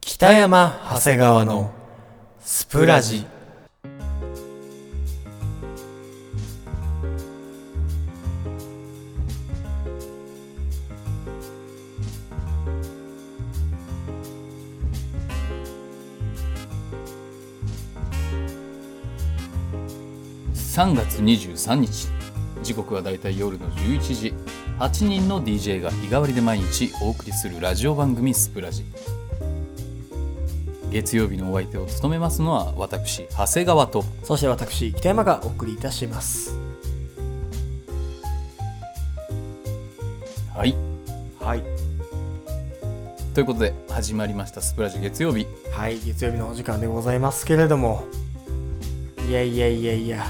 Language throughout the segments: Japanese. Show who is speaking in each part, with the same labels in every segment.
Speaker 1: 北山長谷川のスプラジ
Speaker 2: 3月23日時刻はだいたい夜の11時8人の DJ が日替わりで毎日お送りするラジオ番組「スプラジ」月曜日のお相手を務めますのは私長谷川と
Speaker 1: そして私北山がお送りいたします
Speaker 2: はい
Speaker 1: はい
Speaker 2: ということで始まりました「スプラジ」月曜日
Speaker 1: はい月曜日のお時間でございますけれどもいやいやいやいや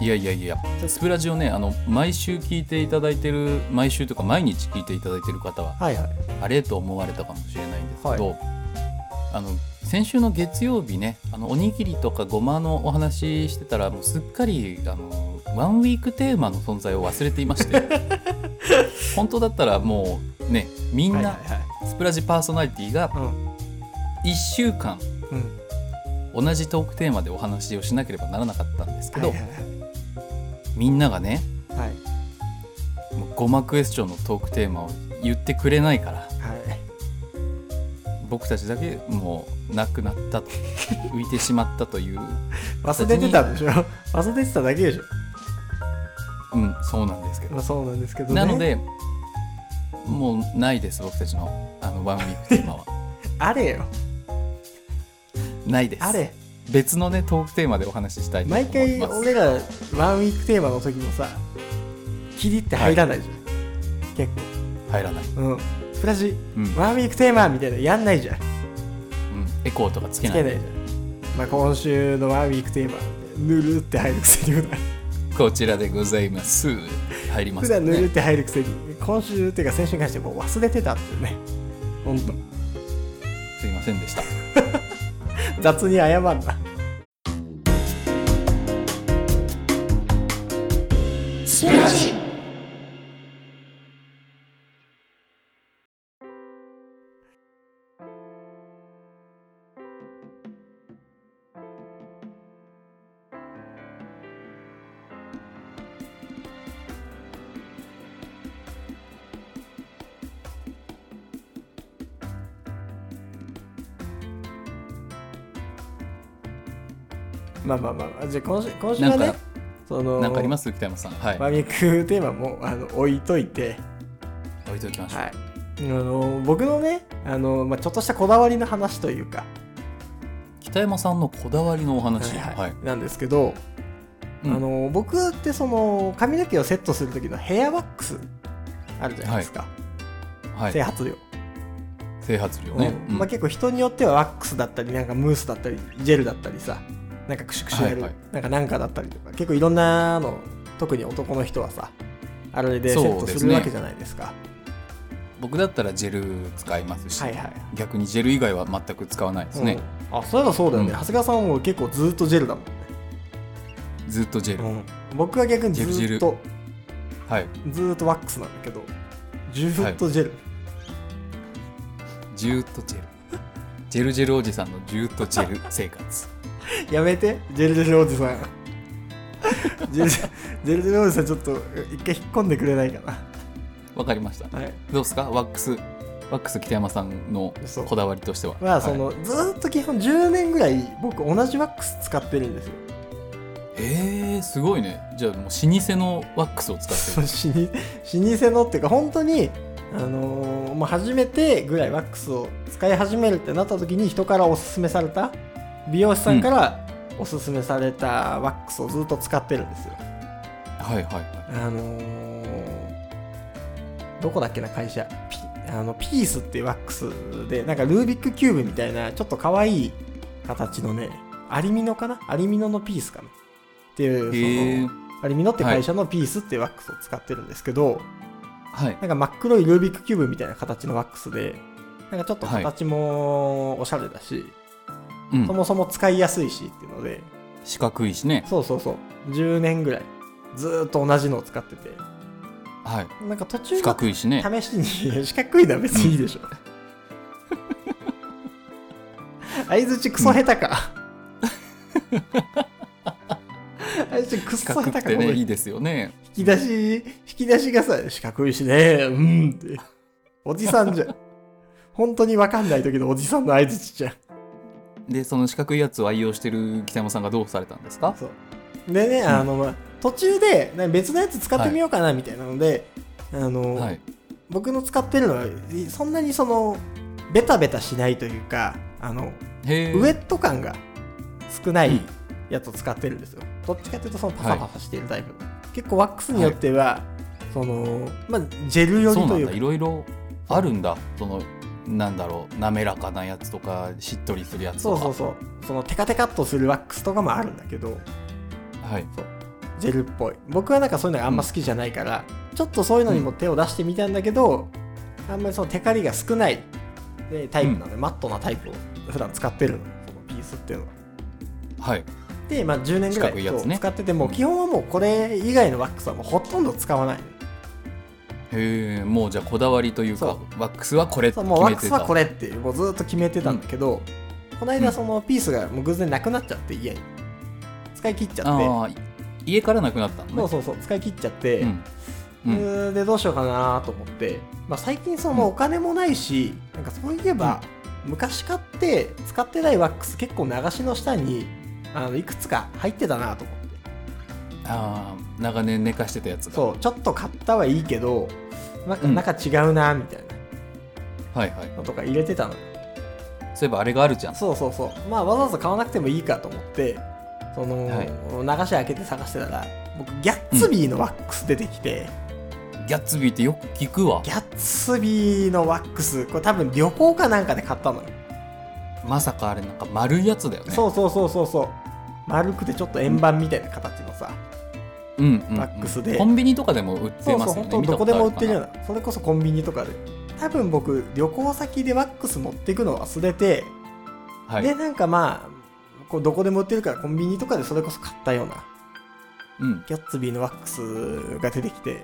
Speaker 2: いやいやいやスプラジをねあの毎週聞いていただいてる毎週とか毎日聞いていただいてる方は
Speaker 1: はいはい
Speaker 2: あれと思われたかもしれないんですけど、あの先週の月曜日ねあのおにぎりとかごまのお話ししてたらもうすっかりあのワンウィークテーマの存在を忘れていまして 本当だったらもうねみん
Speaker 1: はい
Speaker 2: なスプラジパーソナリティが
Speaker 1: はい
Speaker 2: 1週間
Speaker 1: うんうん
Speaker 2: 同じトークテーマでお話をしなければならなかったんですけど、
Speaker 1: はい
Speaker 2: みんながね
Speaker 1: はい
Speaker 2: もうごまクエスチョンのトークテーマを言ってくれないから
Speaker 1: はいはい
Speaker 2: 僕たちだけもうなくなったと浮いてしまったという
Speaker 1: 忘れてたんでしょ忘れてただけでしょ
Speaker 2: うんそうなんですけど、
Speaker 1: まあそうなんですけどね
Speaker 2: なのでもうないです僕たちのあのワンウィークテーマ は
Speaker 1: あれよ
Speaker 2: ないです
Speaker 1: あれ
Speaker 2: 別のねトークテーマでお話ししたいと思い
Speaker 1: 毎
Speaker 2: ます
Speaker 1: 回俺らワンウィークテーマの時もさキリって入らないじゃん、
Speaker 2: 入らない、
Speaker 1: 結構うんスプラジ
Speaker 2: うんうん、
Speaker 1: ワンウィークテーマみたいなのやんないじゃん
Speaker 2: エコーとかつけ
Speaker 1: つ
Speaker 2: ない
Speaker 1: けないじゃん、まあ、今週のワンウィークテーマぬるって入るくせに普段
Speaker 2: こちらでございます入りま
Speaker 1: 普
Speaker 2: すよ
Speaker 1: 段ぬるっ
Speaker 2: ね
Speaker 1: て入るくせに今週っていうか先週に関してもう忘れてたっていうねほんと
Speaker 2: すいませんでした
Speaker 1: 雑に謝んなまあまあまあまあじゃあ今週今週は
Speaker 2: なん
Speaker 1: ね
Speaker 2: か
Speaker 1: その
Speaker 2: なんかあります北山さんはい
Speaker 1: ワンウィークテーマもあの置いといて
Speaker 2: 置いておきましょう、
Speaker 1: はい、あの僕のねあの、まあ、ちょっとしたこだわりの話というか、
Speaker 2: 北山さんのこだわりのお話
Speaker 1: はい
Speaker 2: はい
Speaker 1: なんですけど、
Speaker 2: うん
Speaker 1: あの僕ってその髪の毛をセットする時のヘアワックスあるじゃないですか、
Speaker 2: はい
Speaker 1: 整髪料、
Speaker 2: 整髪料ね、
Speaker 1: うんまあ、結構人によってはワックスだったりなんかムースだったりジェルだったりさなんかクシュクシュやる、
Speaker 2: はいはい
Speaker 1: なんかなんかだったりとか結構いろんなの特に男の人はさあれでセッ
Speaker 2: そ
Speaker 1: ト
Speaker 2: うですね
Speaker 1: するわけじゃないですか
Speaker 2: 僕だったらジェル使いますし、
Speaker 1: はいはい
Speaker 2: 逆にジェル以外は全く使わないですね、
Speaker 1: うんあそういえばそうだよね、
Speaker 2: うん
Speaker 1: 長谷川さんはもう結構ずっとジェルだもんね
Speaker 2: ずっとジェル、
Speaker 1: 僕は逆にず
Speaker 2: ジェルジェ
Speaker 1: ーっ
Speaker 2: ル
Speaker 1: と
Speaker 2: はい
Speaker 1: ずーっとワックスなんだけどずーっとジェル、
Speaker 2: ジューッとジェルジェルジェルおじさんのジューッとジェル生活
Speaker 1: やめてジェルジェルおじさんジェルジェルジェルジェルおじさんちょっと一回引っ込んでくれないか
Speaker 2: わかりました
Speaker 1: なはい
Speaker 2: どうですかワックスワックス北山さんの
Speaker 1: そう
Speaker 2: こだわりとしては
Speaker 1: まあその、
Speaker 2: はい
Speaker 1: ずーっと基本10年ぐらい僕同じワックス使ってるんですよ
Speaker 2: えー、すごいねじゃあもう老舗のワックスを使って
Speaker 1: そ
Speaker 2: る
Speaker 1: う老老舗のっていうか本当にあのーもう初めてぐらいワックスを使い始めるってなった時に人からおすすめされた美容師さんからおすすめされたワックスをずっと使ってるんですよ、
Speaker 2: はいはいは
Speaker 1: あのーどこだっけな会社ピあのピースっていうワックスでなんかルービックキューブみたいなちょっと可愛い形のねアリミノかなアリミノのピースかなっていう
Speaker 2: いへ
Speaker 1: そ
Speaker 2: え
Speaker 1: のアリミノって会社のピースっていうワックスを使ってるんですけど、
Speaker 2: はい
Speaker 1: なんか真っ黒いルービックキューブみたいな形のワックスでなんかちょっと形もおしゃれだし、
Speaker 2: うん
Speaker 1: そもそも使いやすいしっていうので
Speaker 2: 四角いしね
Speaker 1: そうそうそう10年ぐらいずーっと同じのを使ってて
Speaker 2: はい
Speaker 1: なんか途中
Speaker 2: 四
Speaker 1: の
Speaker 2: 角いしね
Speaker 1: 試しに四角いのは別にいいでしょ相づちクソ下手か。相づちクソ
Speaker 2: 四角
Speaker 1: 下手か。
Speaker 2: くてね
Speaker 1: この
Speaker 2: いい
Speaker 1: 引
Speaker 2: ですよね
Speaker 1: き出し、引き出しがさ、四角いしね、うんって。おじさんじゃん。本当にわかんない時のおじさんの相づちじゃん。
Speaker 2: でその四角いやつを愛用してる北山さんがどうされたんですか
Speaker 1: そうでね、あの、まあ、途中でな別のやつ使ってみようかなみたいなので、あの、
Speaker 2: はい
Speaker 1: 僕の使ってるのはそんなにそのベタベタしないというかあの
Speaker 2: へえ
Speaker 1: ウエット感が少な
Speaker 2: う
Speaker 1: い
Speaker 2: ん
Speaker 1: やつを使ってるんですよ、どっちかというとそのパサパサしてるタイプ、結構ワックスによっては、そのまあジェル寄
Speaker 2: そ
Speaker 1: り
Speaker 2: うな
Speaker 1: と
Speaker 2: ん
Speaker 1: い
Speaker 2: だいう
Speaker 1: か
Speaker 2: ろいろあるんだそのなんだろう滑らかなやつとかしっとりするやつ
Speaker 1: そ
Speaker 2: と
Speaker 1: う
Speaker 2: か
Speaker 1: そうそうそのテカテカっとするワックスとかもあるんだけど
Speaker 2: はい
Speaker 1: ジェルっぽい僕はなんかそういうのがあんま好きじゃないから、ちょっとそういうのにも手を出してみたんだけど、あんまりそのテカリが少ないえータイプなので、マットなタイプを普段使ってるのそのピースっていうのは
Speaker 2: はい
Speaker 1: で、まあ、10年ぐらい
Speaker 2: 四角いやつね
Speaker 1: そう使っててもう基本はもうこれ以外のワックスはもうほとんど使わない
Speaker 2: へえもうじゃあこだわりというか
Speaker 1: そ
Speaker 2: ワックスはこれって
Speaker 1: そう
Speaker 2: 決
Speaker 1: もうワッ
Speaker 2: め
Speaker 1: ク
Speaker 2: て
Speaker 1: ス
Speaker 2: た
Speaker 1: はこれっていうもうずっと決めてたんだけど、この間そのピースがもう偶然なくなっちゃって家に使い切っちゃって
Speaker 2: ああ家からなくなったのね
Speaker 1: そうそうそう使い切っちゃって、
Speaker 2: うんうん
Speaker 1: でどうしようかなと思って、まあ、最近そのお金もないし、なんかそういえば、昔買って使ってないワックス結構流しの下にあのいくつか入ってたなと思って
Speaker 2: ああ長年寝かしてたやつが
Speaker 1: そうちょっと買ったはいいけどなんか
Speaker 2: うん
Speaker 1: なんか違うなみたい
Speaker 2: はいはい
Speaker 1: なのとか入れてたの、
Speaker 2: そういえばあれがあるじゃん
Speaker 1: そうそうそうまあわざわざ買わなくてもいいかと思ってその、
Speaker 2: はい
Speaker 1: 流し開けて探してたら僕ギャッツビーのワックス出てきて、
Speaker 2: ギャッツビーってよく聞くわ
Speaker 1: ギャッツビーのワックスこれ多分旅行かなんかで買ったのよ
Speaker 2: まさかあれなんか丸いやつだよね
Speaker 1: そうそうそうそうそう丸くてちょっと円盤みたいな形のさ、
Speaker 2: うんうんうん
Speaker 1: ワックスで
Speaker 2: コンビニとかでも売っ
Speaker 1: そ
Speaker 2: て
Speaker 1: う
Speaker 2: ま
Speaker 1: そう
Speaker 2: す
Speaker 1: 本
Speaker 2: よね
Speaker 1: 当
Speaker 2: 見た
Speaker 1: ど
Speaker 2: こ
Speaker 1: ことで
Speaker 2: ある
Speaker 1: も売ってるよう
Speaker 2: か
Speaker 1: なそれこそコンビニとかで多分僕旅行先でワックス持ってくの忘れて、
Speaker 2: なはい
Speaker 1: でなんかまあこうどこでも売ってるからコンビニとかでそれこそ買ったような
Speaker 2: うん
Speaker 1: ギャッツビーのワックスが出てきて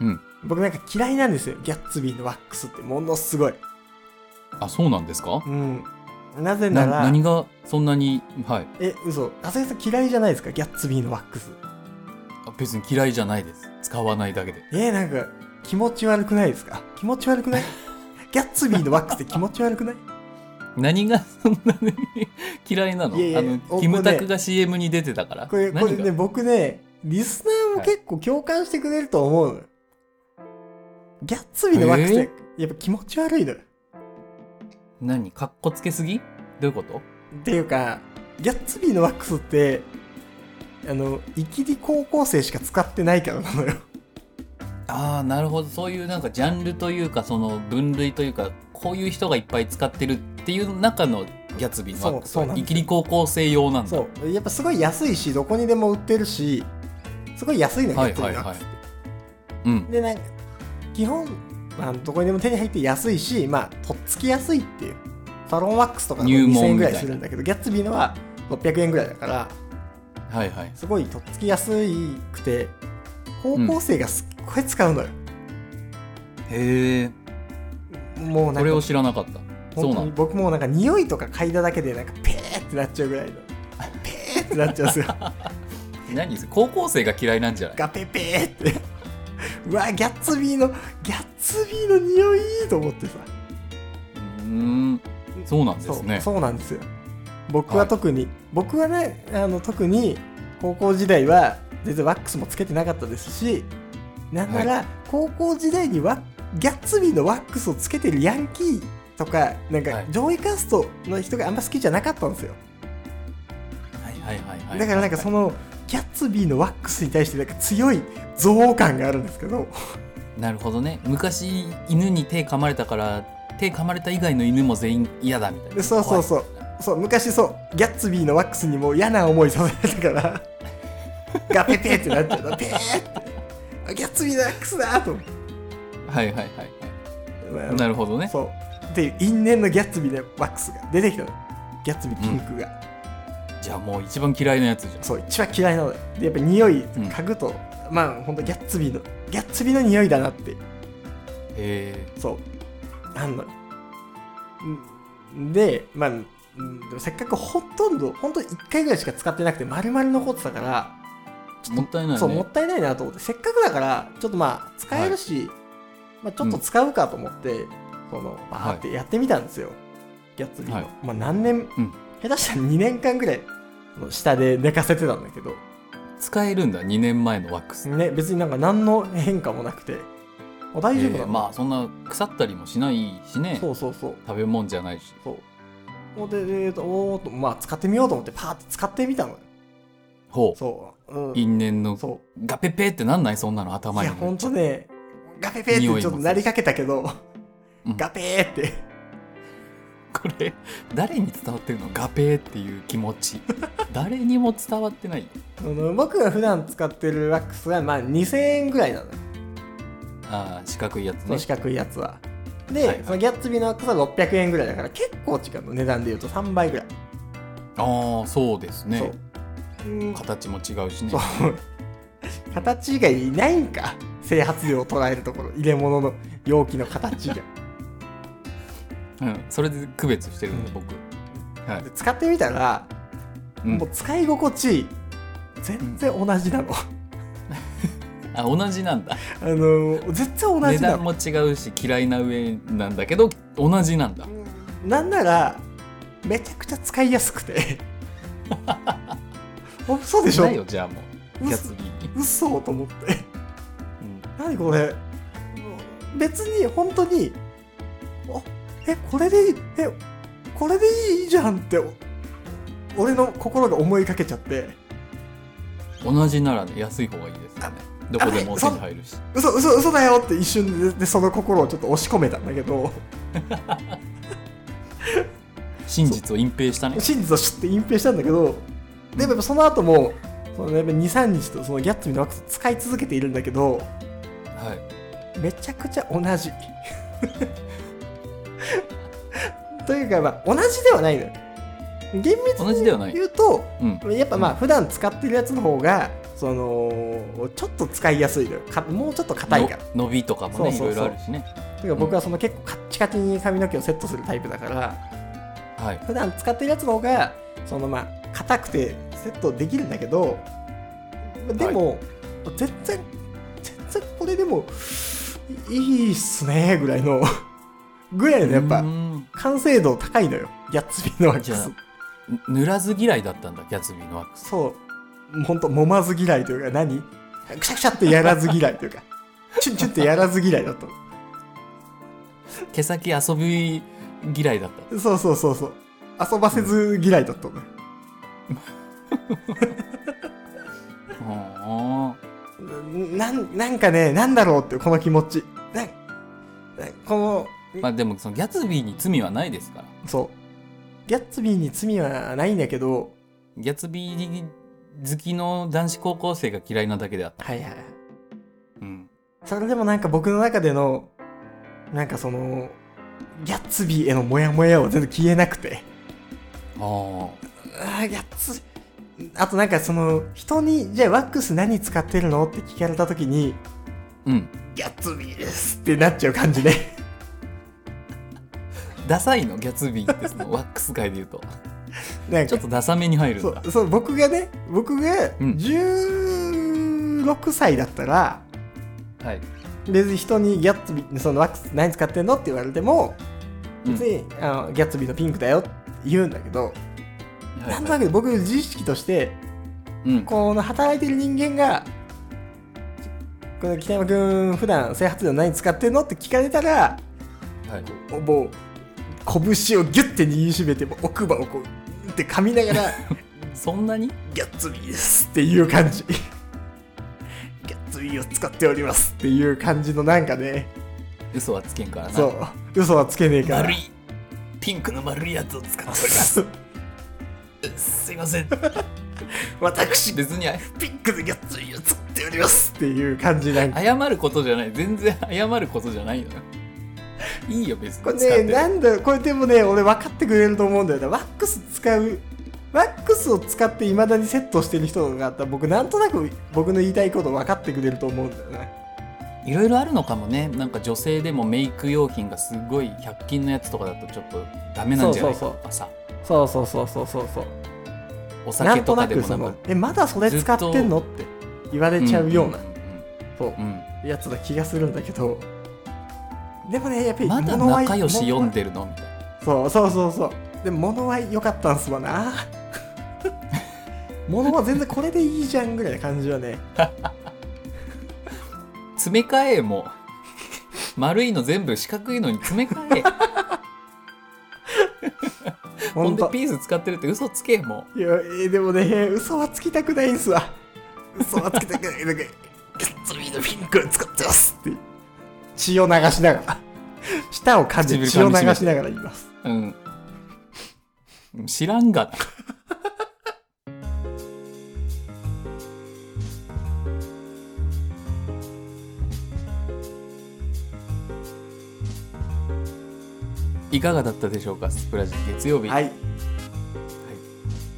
Speaker 2: うん
Speaker 1: 僕なんか嫌いなんですよギャッツビーのワックスってものすごい
Speaker 2: あそうなんですか
Speaker 1: うんなぜな
Speaker 2: な
Speaker 1: ら
Speaker 2: 何がそんなにはい
Speaker 1: え嘘浅井さん嫌いじゃないですかギャッツビーのワックス
Speaker 2: あ別に嫌いじゃないです使わないだけで
Speaker 1: えー、なんか気持ち悪くないですか気持ち悪く ないギャッツビーのワックスって気持ち悪くない
Speaker 2: 何が そんなに嫌いなの
Speaker 1: いやいや
Speaker 2: あの
Speaker 1: お
Speaker 2: キムタクが CM に出てたから
Speaker 1: これこれ
Speaker 2: 何
Speaker 1: ね
Speaker 2: が
Speaker 1: 僕ねリスナーも
Speaker 2: はい
Speaker 1: 結構共感してくれると思うのよ、ギャッツビーのワックスってやっぱ気持ち悪いのよ、
Speaker 2: 何かっこつけすぎどういうこと
Speaker 1: っていうかギャッツビーのワックスってあのイキリ高校生しか使ってないからなのよ
Speaker 2: ああなるほどそういうなんかジャンルというかその分類というかこういう人がいっぱい使ってるっていう中のギャツビーのワックス
Speaker 1: そうそうな
Speaker 2: は
Speaker 1: んですよ
Speaker 2: イキリ高校生用なんだ
Speaker 1: そうやっぱすごい安いしどこにでも売ってるしすごい安いのよ
Speaker 2: は
Speaker 1: ギャッ
Speaker 2: い
Speaker 1: ツビ
Speaker 2: は
Speaker 1: ー
Speaker 2: い
Speaker 1: のワッ
Speaker 2: は
Speaker 1: クスって
Speaker 2: いうん
Speaker 1: でなんか基本、まあ、どこにでも手に入って安いし、まあ、とっつきやすいっていうサロンワックスとかだと
Speaker 2: 入門み
Speaker 1: 2000
Speaker 2: たいな
Speaker 1: 円ぐらいするんだけどギャッツビーのは600円ぐらいだから
Speaker 2: はいはい
Speaker 1: すごいとっつきやすくて高校生がすっごい使うのよ、
Speaker 2: へえ
Speaker 1: もうな
Speaker 2: こ
Speaker 1: ん
Speaker 2: れを
Speaker 1: か
Speaker 2: 知らなかったそう
Speaker 1: 本
Speaker 2: な
Speaker 1: 当に
Speaker 2: ん
Speaker 1: 僕もうなんか匂いとか嗅いだだけでなんかペーってなっちゃうぐらいのペーってなっちゃうんですよ
Speaker 2: 何です高校生が嫌いなんじゃない
Speaker 1: ガペペーってうわギャッツビーのギャッツビーの匂いと思ってさ
Speaker 2: うーんそうなんですね
Speaker 1: そうそうなんですよ僕
Speaker 2: は
Speaker 1: はい特に、僕はねあの特に高校時代は全然ワックスもつけてなかったですしなんなら高校時代にワギャッツビーのワックスをつけてるヤンキーとかなん
Speaker 2: は
Speaker 1: か
Speaker 2: い
Speaker 1: 上位カーストの人があんま好きじゃなかったんですよ、
Speaker 2: はいはいはいはい
Speaker 1: だからなんかそのギャッツビーのワックスに対してなんか強い憎悪感があるんですけど
Speaker 2: なるほどね昔犬に手噛まれたから手噛まれた以外の犬も全員嫌だみたいな
Speaker 1: そうそうそう
Speaker 2: 怖い
Speaker 1: そう昔そうギャッツビーのワックスにもう嫌な思いさせられたからガペペってなっちゃったペーってギャッツビーのワックスだと思って、
Speaker 2: はいはいはい
Speaker 1: ま
Speaker 2: は
Speaker 1: あ
Speaker 2: いなるほどね
Speaker 1: そうっていう因縁のギャッツビーのワックスが出てきたのギャッツビーピンクが、
Speaker 2: じゃあもう一番嫌いなやつじゃん
Speaker 1: そう一番嫌いなのでやっぱ匂い
Speaker 2: ん
Speaker 1: 嗅ぐと、まあ本当ギャッツビーのギャッツビーの匂いだなって
Speaker 2: へえ
Speaker 1: そうあんのうんで、まあ、うんせっかくほとんど、本当1回ぐらいしか使ってなくて、丸々残ってたから、
Speaker 2: もったいないね。
Speaker 1: そう、もったいないなと思って、せっかくだから、ちょっとまあ、使えるし、まあ、ちょっと使うかと思って、その、バーってやってみたんですよ。ギャッツビーの。
Speaker 2: はい
Speaker 1: まあ、何年、
Speaker 2: うん
Speaker 1: 下手したら2年間ぐらい、下で寝かせてたんだけど、
Speaker 2: 使えるんだ、2年前のワックス。
Speaker 1: ね、別になんか何の変化もなくて、あ大丈夫なの、
Speaker 2: えーまあ、そんな腐ったりもしないしね。
Speaker 1: そうそうそう。
Speaker 2: 食べ物じゃないし。
Speaker 1: そう。ほんで、えーと、おーっと、まあ、使ってみようと思って、パーって使ってみたのよ。
Speaker 2: ほう。
Speaker 1: そう。うん、
Speaker 2: 因縁の
Speaker 1: そ
Speaker 2: ガペペってなんないそんなの
Speaker 1: う。
Speaker 2: 頭
Speaker 1: い
Speaker 2: に。
Speaker 1: や、ほんと。ね、ガペペってちょっとなりかけたけど、
Speaker 2: うん
Speaker 1: ガペーって。
Speaker 2: これ、誰に伝わってるのガペっていう気持ち。誰にも伝わってない。
Speaker 1: あの僕が普段使ってるワックスはまあ2000円ぐらいなのよ、
Speaker 2: ああ、四角いやつ
Speaker 1: その
Speaker 2: ね。
Speaker 1: 四角いやつは。で、
Speaker 2: はいはい
Speaker 1: そのギャッツビーのワックスは600円ぐらいだから結構違うの値段で言うと3倍ぐらい。
Speaker 2: ああ、そうですね。
Speaker 1: そう。うん
Speaker 2: 形も違うしね
Speaker 1: そ。う形がいないんか整髪量を捉えるところ入れ物の容器の形が。
Speaker 2: うん、それで区別してるんで、
Speaker 1: うん
Speaker 2: 僕。はい
Speaker 1: で。使ってみたら、
Speaker 2: うん
Speaker 1: もう使い心地全然同じなの。
Speaker 2: あ、同じなんだ。
Speaker 1: あの絶対同
Speaker 2: 値
Speaker 1: じなの。
Speaker 2: 段も違うし、嫌いな上なんだけど、同じなんだ。
Speaker 1: なんならめちゃくちゃ使いやすく て。あ嘘でしょ
Speaker 2: だよ、じゃあも
Speaker 1: 嘘
Speaker 2: う。ギャツビーに。
Speaker 1: 嘘と思って。
Speaker 2: うん
Speaker 1: 何これ別に本当にあえこれでいいえこれでいいじゃんってお俺の心が思いかけちゃって
Speaker 2: 同じならね安い方がいいですよねどこでも手に入るし
Speaker 1: 嘘嘘嘘だよって一瞬ででその心をちょっと押し込めたんだけど
Speaker 2: 真実を隠蔽したね
Speaker 1: 真実を知って隠蔽したんだけどでもやっぱその後もその23日とそのギャッツミのワックス使い続けているんだけど
Speaker 2: はい
Speaker 1: めちゃくちゃ同じ というかまあ同じではないのよ厳密
Speaker 2: 同じではな
Speaker 1: に
Speaker 2: い
Speaker 1: 言うと
Speaker 2: うん
Speaker 1: やっぱま
Speaker 2: う
Speaker 1: あ普段使ってるやつの方がそのちょっと使いやすいのよかもうちょっと硬いから
Speaker 2: の伸びとかもねい
Speaker 1: そうそ
Speaker 2: ろ
Speaker 1: うそう
Speaker 2: いろあるしね
Speaker 1: というか僕はその結構カッチカチに髪の毛をセットするタイプだから
Speaker 2: はい
Speaker 1: 普段使ってるやつの方がそのまあ硬くてセットできるんだけどでも、全然全然これでもいいいっすねぐらいの ぐらいのやっ
Speaker 2: うー
Speaker 1: ぱ
Speaker 2: ん
Speaker 1: 完成度高いのよギャッツビーのワック
Speaker 2: じゃ
Speaker 1: ス
Speaker 2: あぬ塗らず嫌いだったんだギャツビーのワックス
Speaker 1: そう、ほんと、揉まず嫌いというか、何くしゃくしゃってやらず嫌いというか、チュンチュンってやらず嫌いだったの。
Speaker 2: 毛先遊び嫌いだった
Speaker 1: そうそうそうそう。遊ばせず嫌いだったの。
Speaker 2: あ
Speaker 1: なん、なんかね、なんだろうっていう、この気持ち。なんなんこの、
Speaker 2: ーまあでもそのギャツビーに罪はないですから
Speaker 1: そう。ギャッツビーに罪はないんだけど、
Speaker 2: ギャツビー好きの男子高校生が嫌いなだけであった
Speaker 1: はいはいはい。
Speaker 2: うん
Speaker 1: それでもなんか僕の中での、なんかその、ギャッツビーへのモヤモヤは全然消えなくて。
Speaker 2: あ
Speaker 1: あ
Speaker 2: ー
Speaker 1: ーやっつあとなんかその人に「じゃあワックス何使ってるの?」って聞かれた時に
Speaker 2: うん
Speaker 1: 「ギャッツビーです」ってなっちゃう感じね
Speaker 2: ダサいのギャツビーってそのワックス界で言うと
Speaker 1: なん
Speaker 2: ちょ
Speaker 1: か
Speaker 2: っとダサめに入るんだ
Speaker 1: そうそう僕がね僕が
Speaker 2: うん
Speaker 1: 16歳だったら、
Speaker 2: はい
Speaker 1: 別に人に「ギャッツビーそのワックス何使ってんの?」って言われても
Speaker 2: うん
Speaker 1: 別に、あの「ギャッツビーのピンクだよ」って言うんだけど、
Speaker 2: はい
Speaker 1: なんと
Speaker 2: は
Speaker 1: ないく僕自意識として
Speaker 2: うん
Speaker 1: この働いてる人間が「この北山君普段整髪料何使ってんの?」って聞かれたら
Speaker 2: はい
Speaker 1: もう拳をギュッて握りしめても奥歯をこうって噛みながら
Speaker 2: そんなに
Speaker 1: 「ギャッツビーです」っていう感じ 「ギャッツビーを使っております」っていう感じのなんかね
Speaker 2: 嘘はつけんからな
Speaker 1: そう嘘はつけねえから
Speaker 2: 丸いピンクの丸いやつを使っております すいま せん
Speaker 1: 私
Speaker 2: 別にあ
Speaker 1: ピンクでギャッツビーを使っておりますっていう感じなんか
Speaker 2: 謝ることじゃない全然謝ることじゃないのよいいよ別
Speaker 1: これ
Speaker 2: に使っ
Speaker 1: ね
Speaker 2: てる
Speaker 1: なんだこれでもね俺分かってくれると思うんだよねワックス使うワックスを使っていまだにセットしてる人があったら僕なんとなく僕の言いたいこと分かってくれると思うんだよね
Speaker 2: いろいろあるのかもねなんか女性でもメイク用品がすごい100均のやつとかだとちょっとダメなんじゃないかとかさ
Speaker 1: そうそうそうそうそうそう
Speaker 2: お
Speaker 1: な
Speaker 2: 酒
Speaker 1: んと
Speaker 2: と
Speaker 1: な
Speaker 2: か
Speaker 1: く
Speaker 2: でもな
Speaker 1: そ
Speaker 2: んか
Speaker 1: のえまだそれ使ってんのって言われちゃうような、そう
Speaker 2: うんうんうん
Speaker 1: やつな気がするんだけどでもねやっぱ
Speaker 2: う
Speaker 1: り
Speaker 2: んまだ
Speaker 1: 物は
Speaker 2: 仲良し読んでるのみたい
Speaker 1: そうそうそうそうでも物は良かったんすわな 物は全然これでいいじゃんぐらいな感じはね
Speaker 2: な詰め替えも丸いの全部四角いのに詰め替 えほ
Speaker 1: ほ
Speaker 2: ん
Speaker 1: ん
Speaker 2: で
Speaker 1: と
Speaker 2: ピース使ってるって嘘つけも
Speaker 1: いやえーでもね嘘はつきたくないんすわ嘘はつきたくないだけ罪のピンク使ってますって血を流しながら舌を噛んで血を流しながら言います
Speaker 2: ううん知らんがなはいかがだったでしょうかスプラジ月曜日、
Speaker 1: はい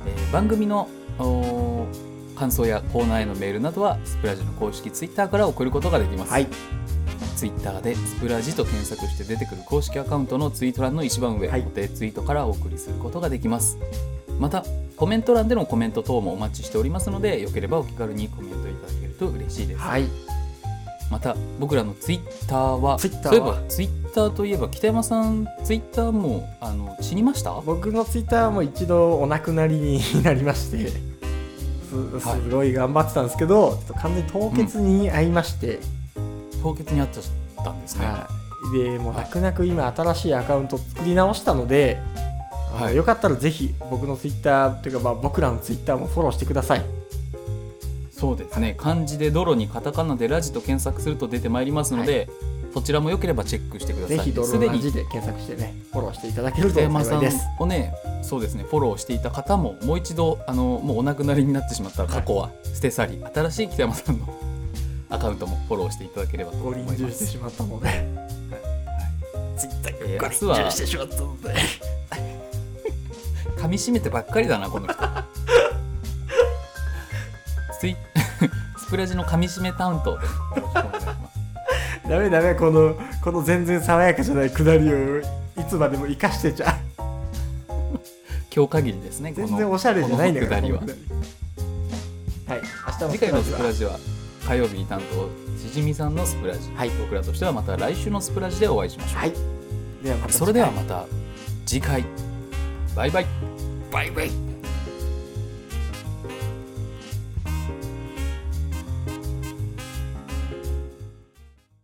Speaker 2: えー番組のおー感想やコーナーへのメールなどはスプラジの公式ツイッターから送ることができます、
Speaker 1: はい
Speaker 2: ツイッターでスプラジと検索して出てくる公式アカウントのツイート欄の一番上、
Speaker 1: はい
Speaker 2: 固定ツイートからお送りすることができますまたコメント欄でのコメント等もお待ちしておりますのでよければお気軽にコメントいただけると嬉しいです
Speaker 1: はい
Speaker 2: また僕らのツイッターは
Speaker 1: Twitter は
Speaker 2: そういえばツイッターといえば北山さんツイッターもあの死にました
Speaker 1: 僕のツイッターも一度お亡くなりになりましてす
Speaker 2: はい
Speaker 1: すごい頑張ってたんですけど、ちょっと完全に凍結に遭いまして、
Speaker 2: 凍結にあっちゃったんですね、
Speaker 1: はい、でもう泣く泣く今新しいアカウント作り直したので、あの
Speaker 2: はい
Speaker 1: よかったらぜひ僕のツイッターというかまあ僕らのツイッターもフォローしてください
Speaker 2: そうですね漢字で泥にカタカナでラジと検索すると出てまいりますので、そちらもよければチェックしてください
Speaker 1: ぜひドロ
Speaker 2: すで
Speaker 1: ラ
Speaker 2: に
Speaker 1: ジで検索してねフォローしていただけると
Speaker 2: 北山
Speaker 1: 幸
Speaker 2: さ
Speaker 1: い
Speaker 2: ん
Speaker 1: です
Speaker 2: をねそうですねフォローしていた方ももう一度あのもうお亡くなりになってしまった過去は捨て去り、新しい北山さんのアカウントもフォローしていただければと
Speaker 1: ご
Speaker 2: 思い
Speaker 1: 臨
Speaker 2: ます
Speaker 1: 終してしまったのでツイッタ
Speaker 2: え
Speaker 1: ー
Speaker 2: ー
Speaker 1: がご臨終してしまったので
Speaker 2: 噛み締めてばっかりだな この人スイ スプラジの噛み締め担当 でよろしくお願いします
Speaker 1: ダメダメこのこの全然爽やかじゃないくだりをいつまでも生かしてちゃう
Speaker 2: 今日限りですねこの
Speaker 1: 全然おしゃれじゃないんだから
Speaker 2: このくだ
Speaker 1: こ
Speaker 2: り
Speaker 1: の
Speaker 2: は
Speaker 1: くだりはい明日の
Speaker 2: 次回のスプラ
Speaker 1: ジ
Speaker 2: ジは火曜日に担当しじみさんのスプラジ、
Speaker 1: はい
Speaker 2: 僕らとしてはまた来週のスプラジでお会いしましょう、
Speaker 1: はいではまた次回
Speaker 2: それではまた次回バイバイ
Speaker 1: バイバイ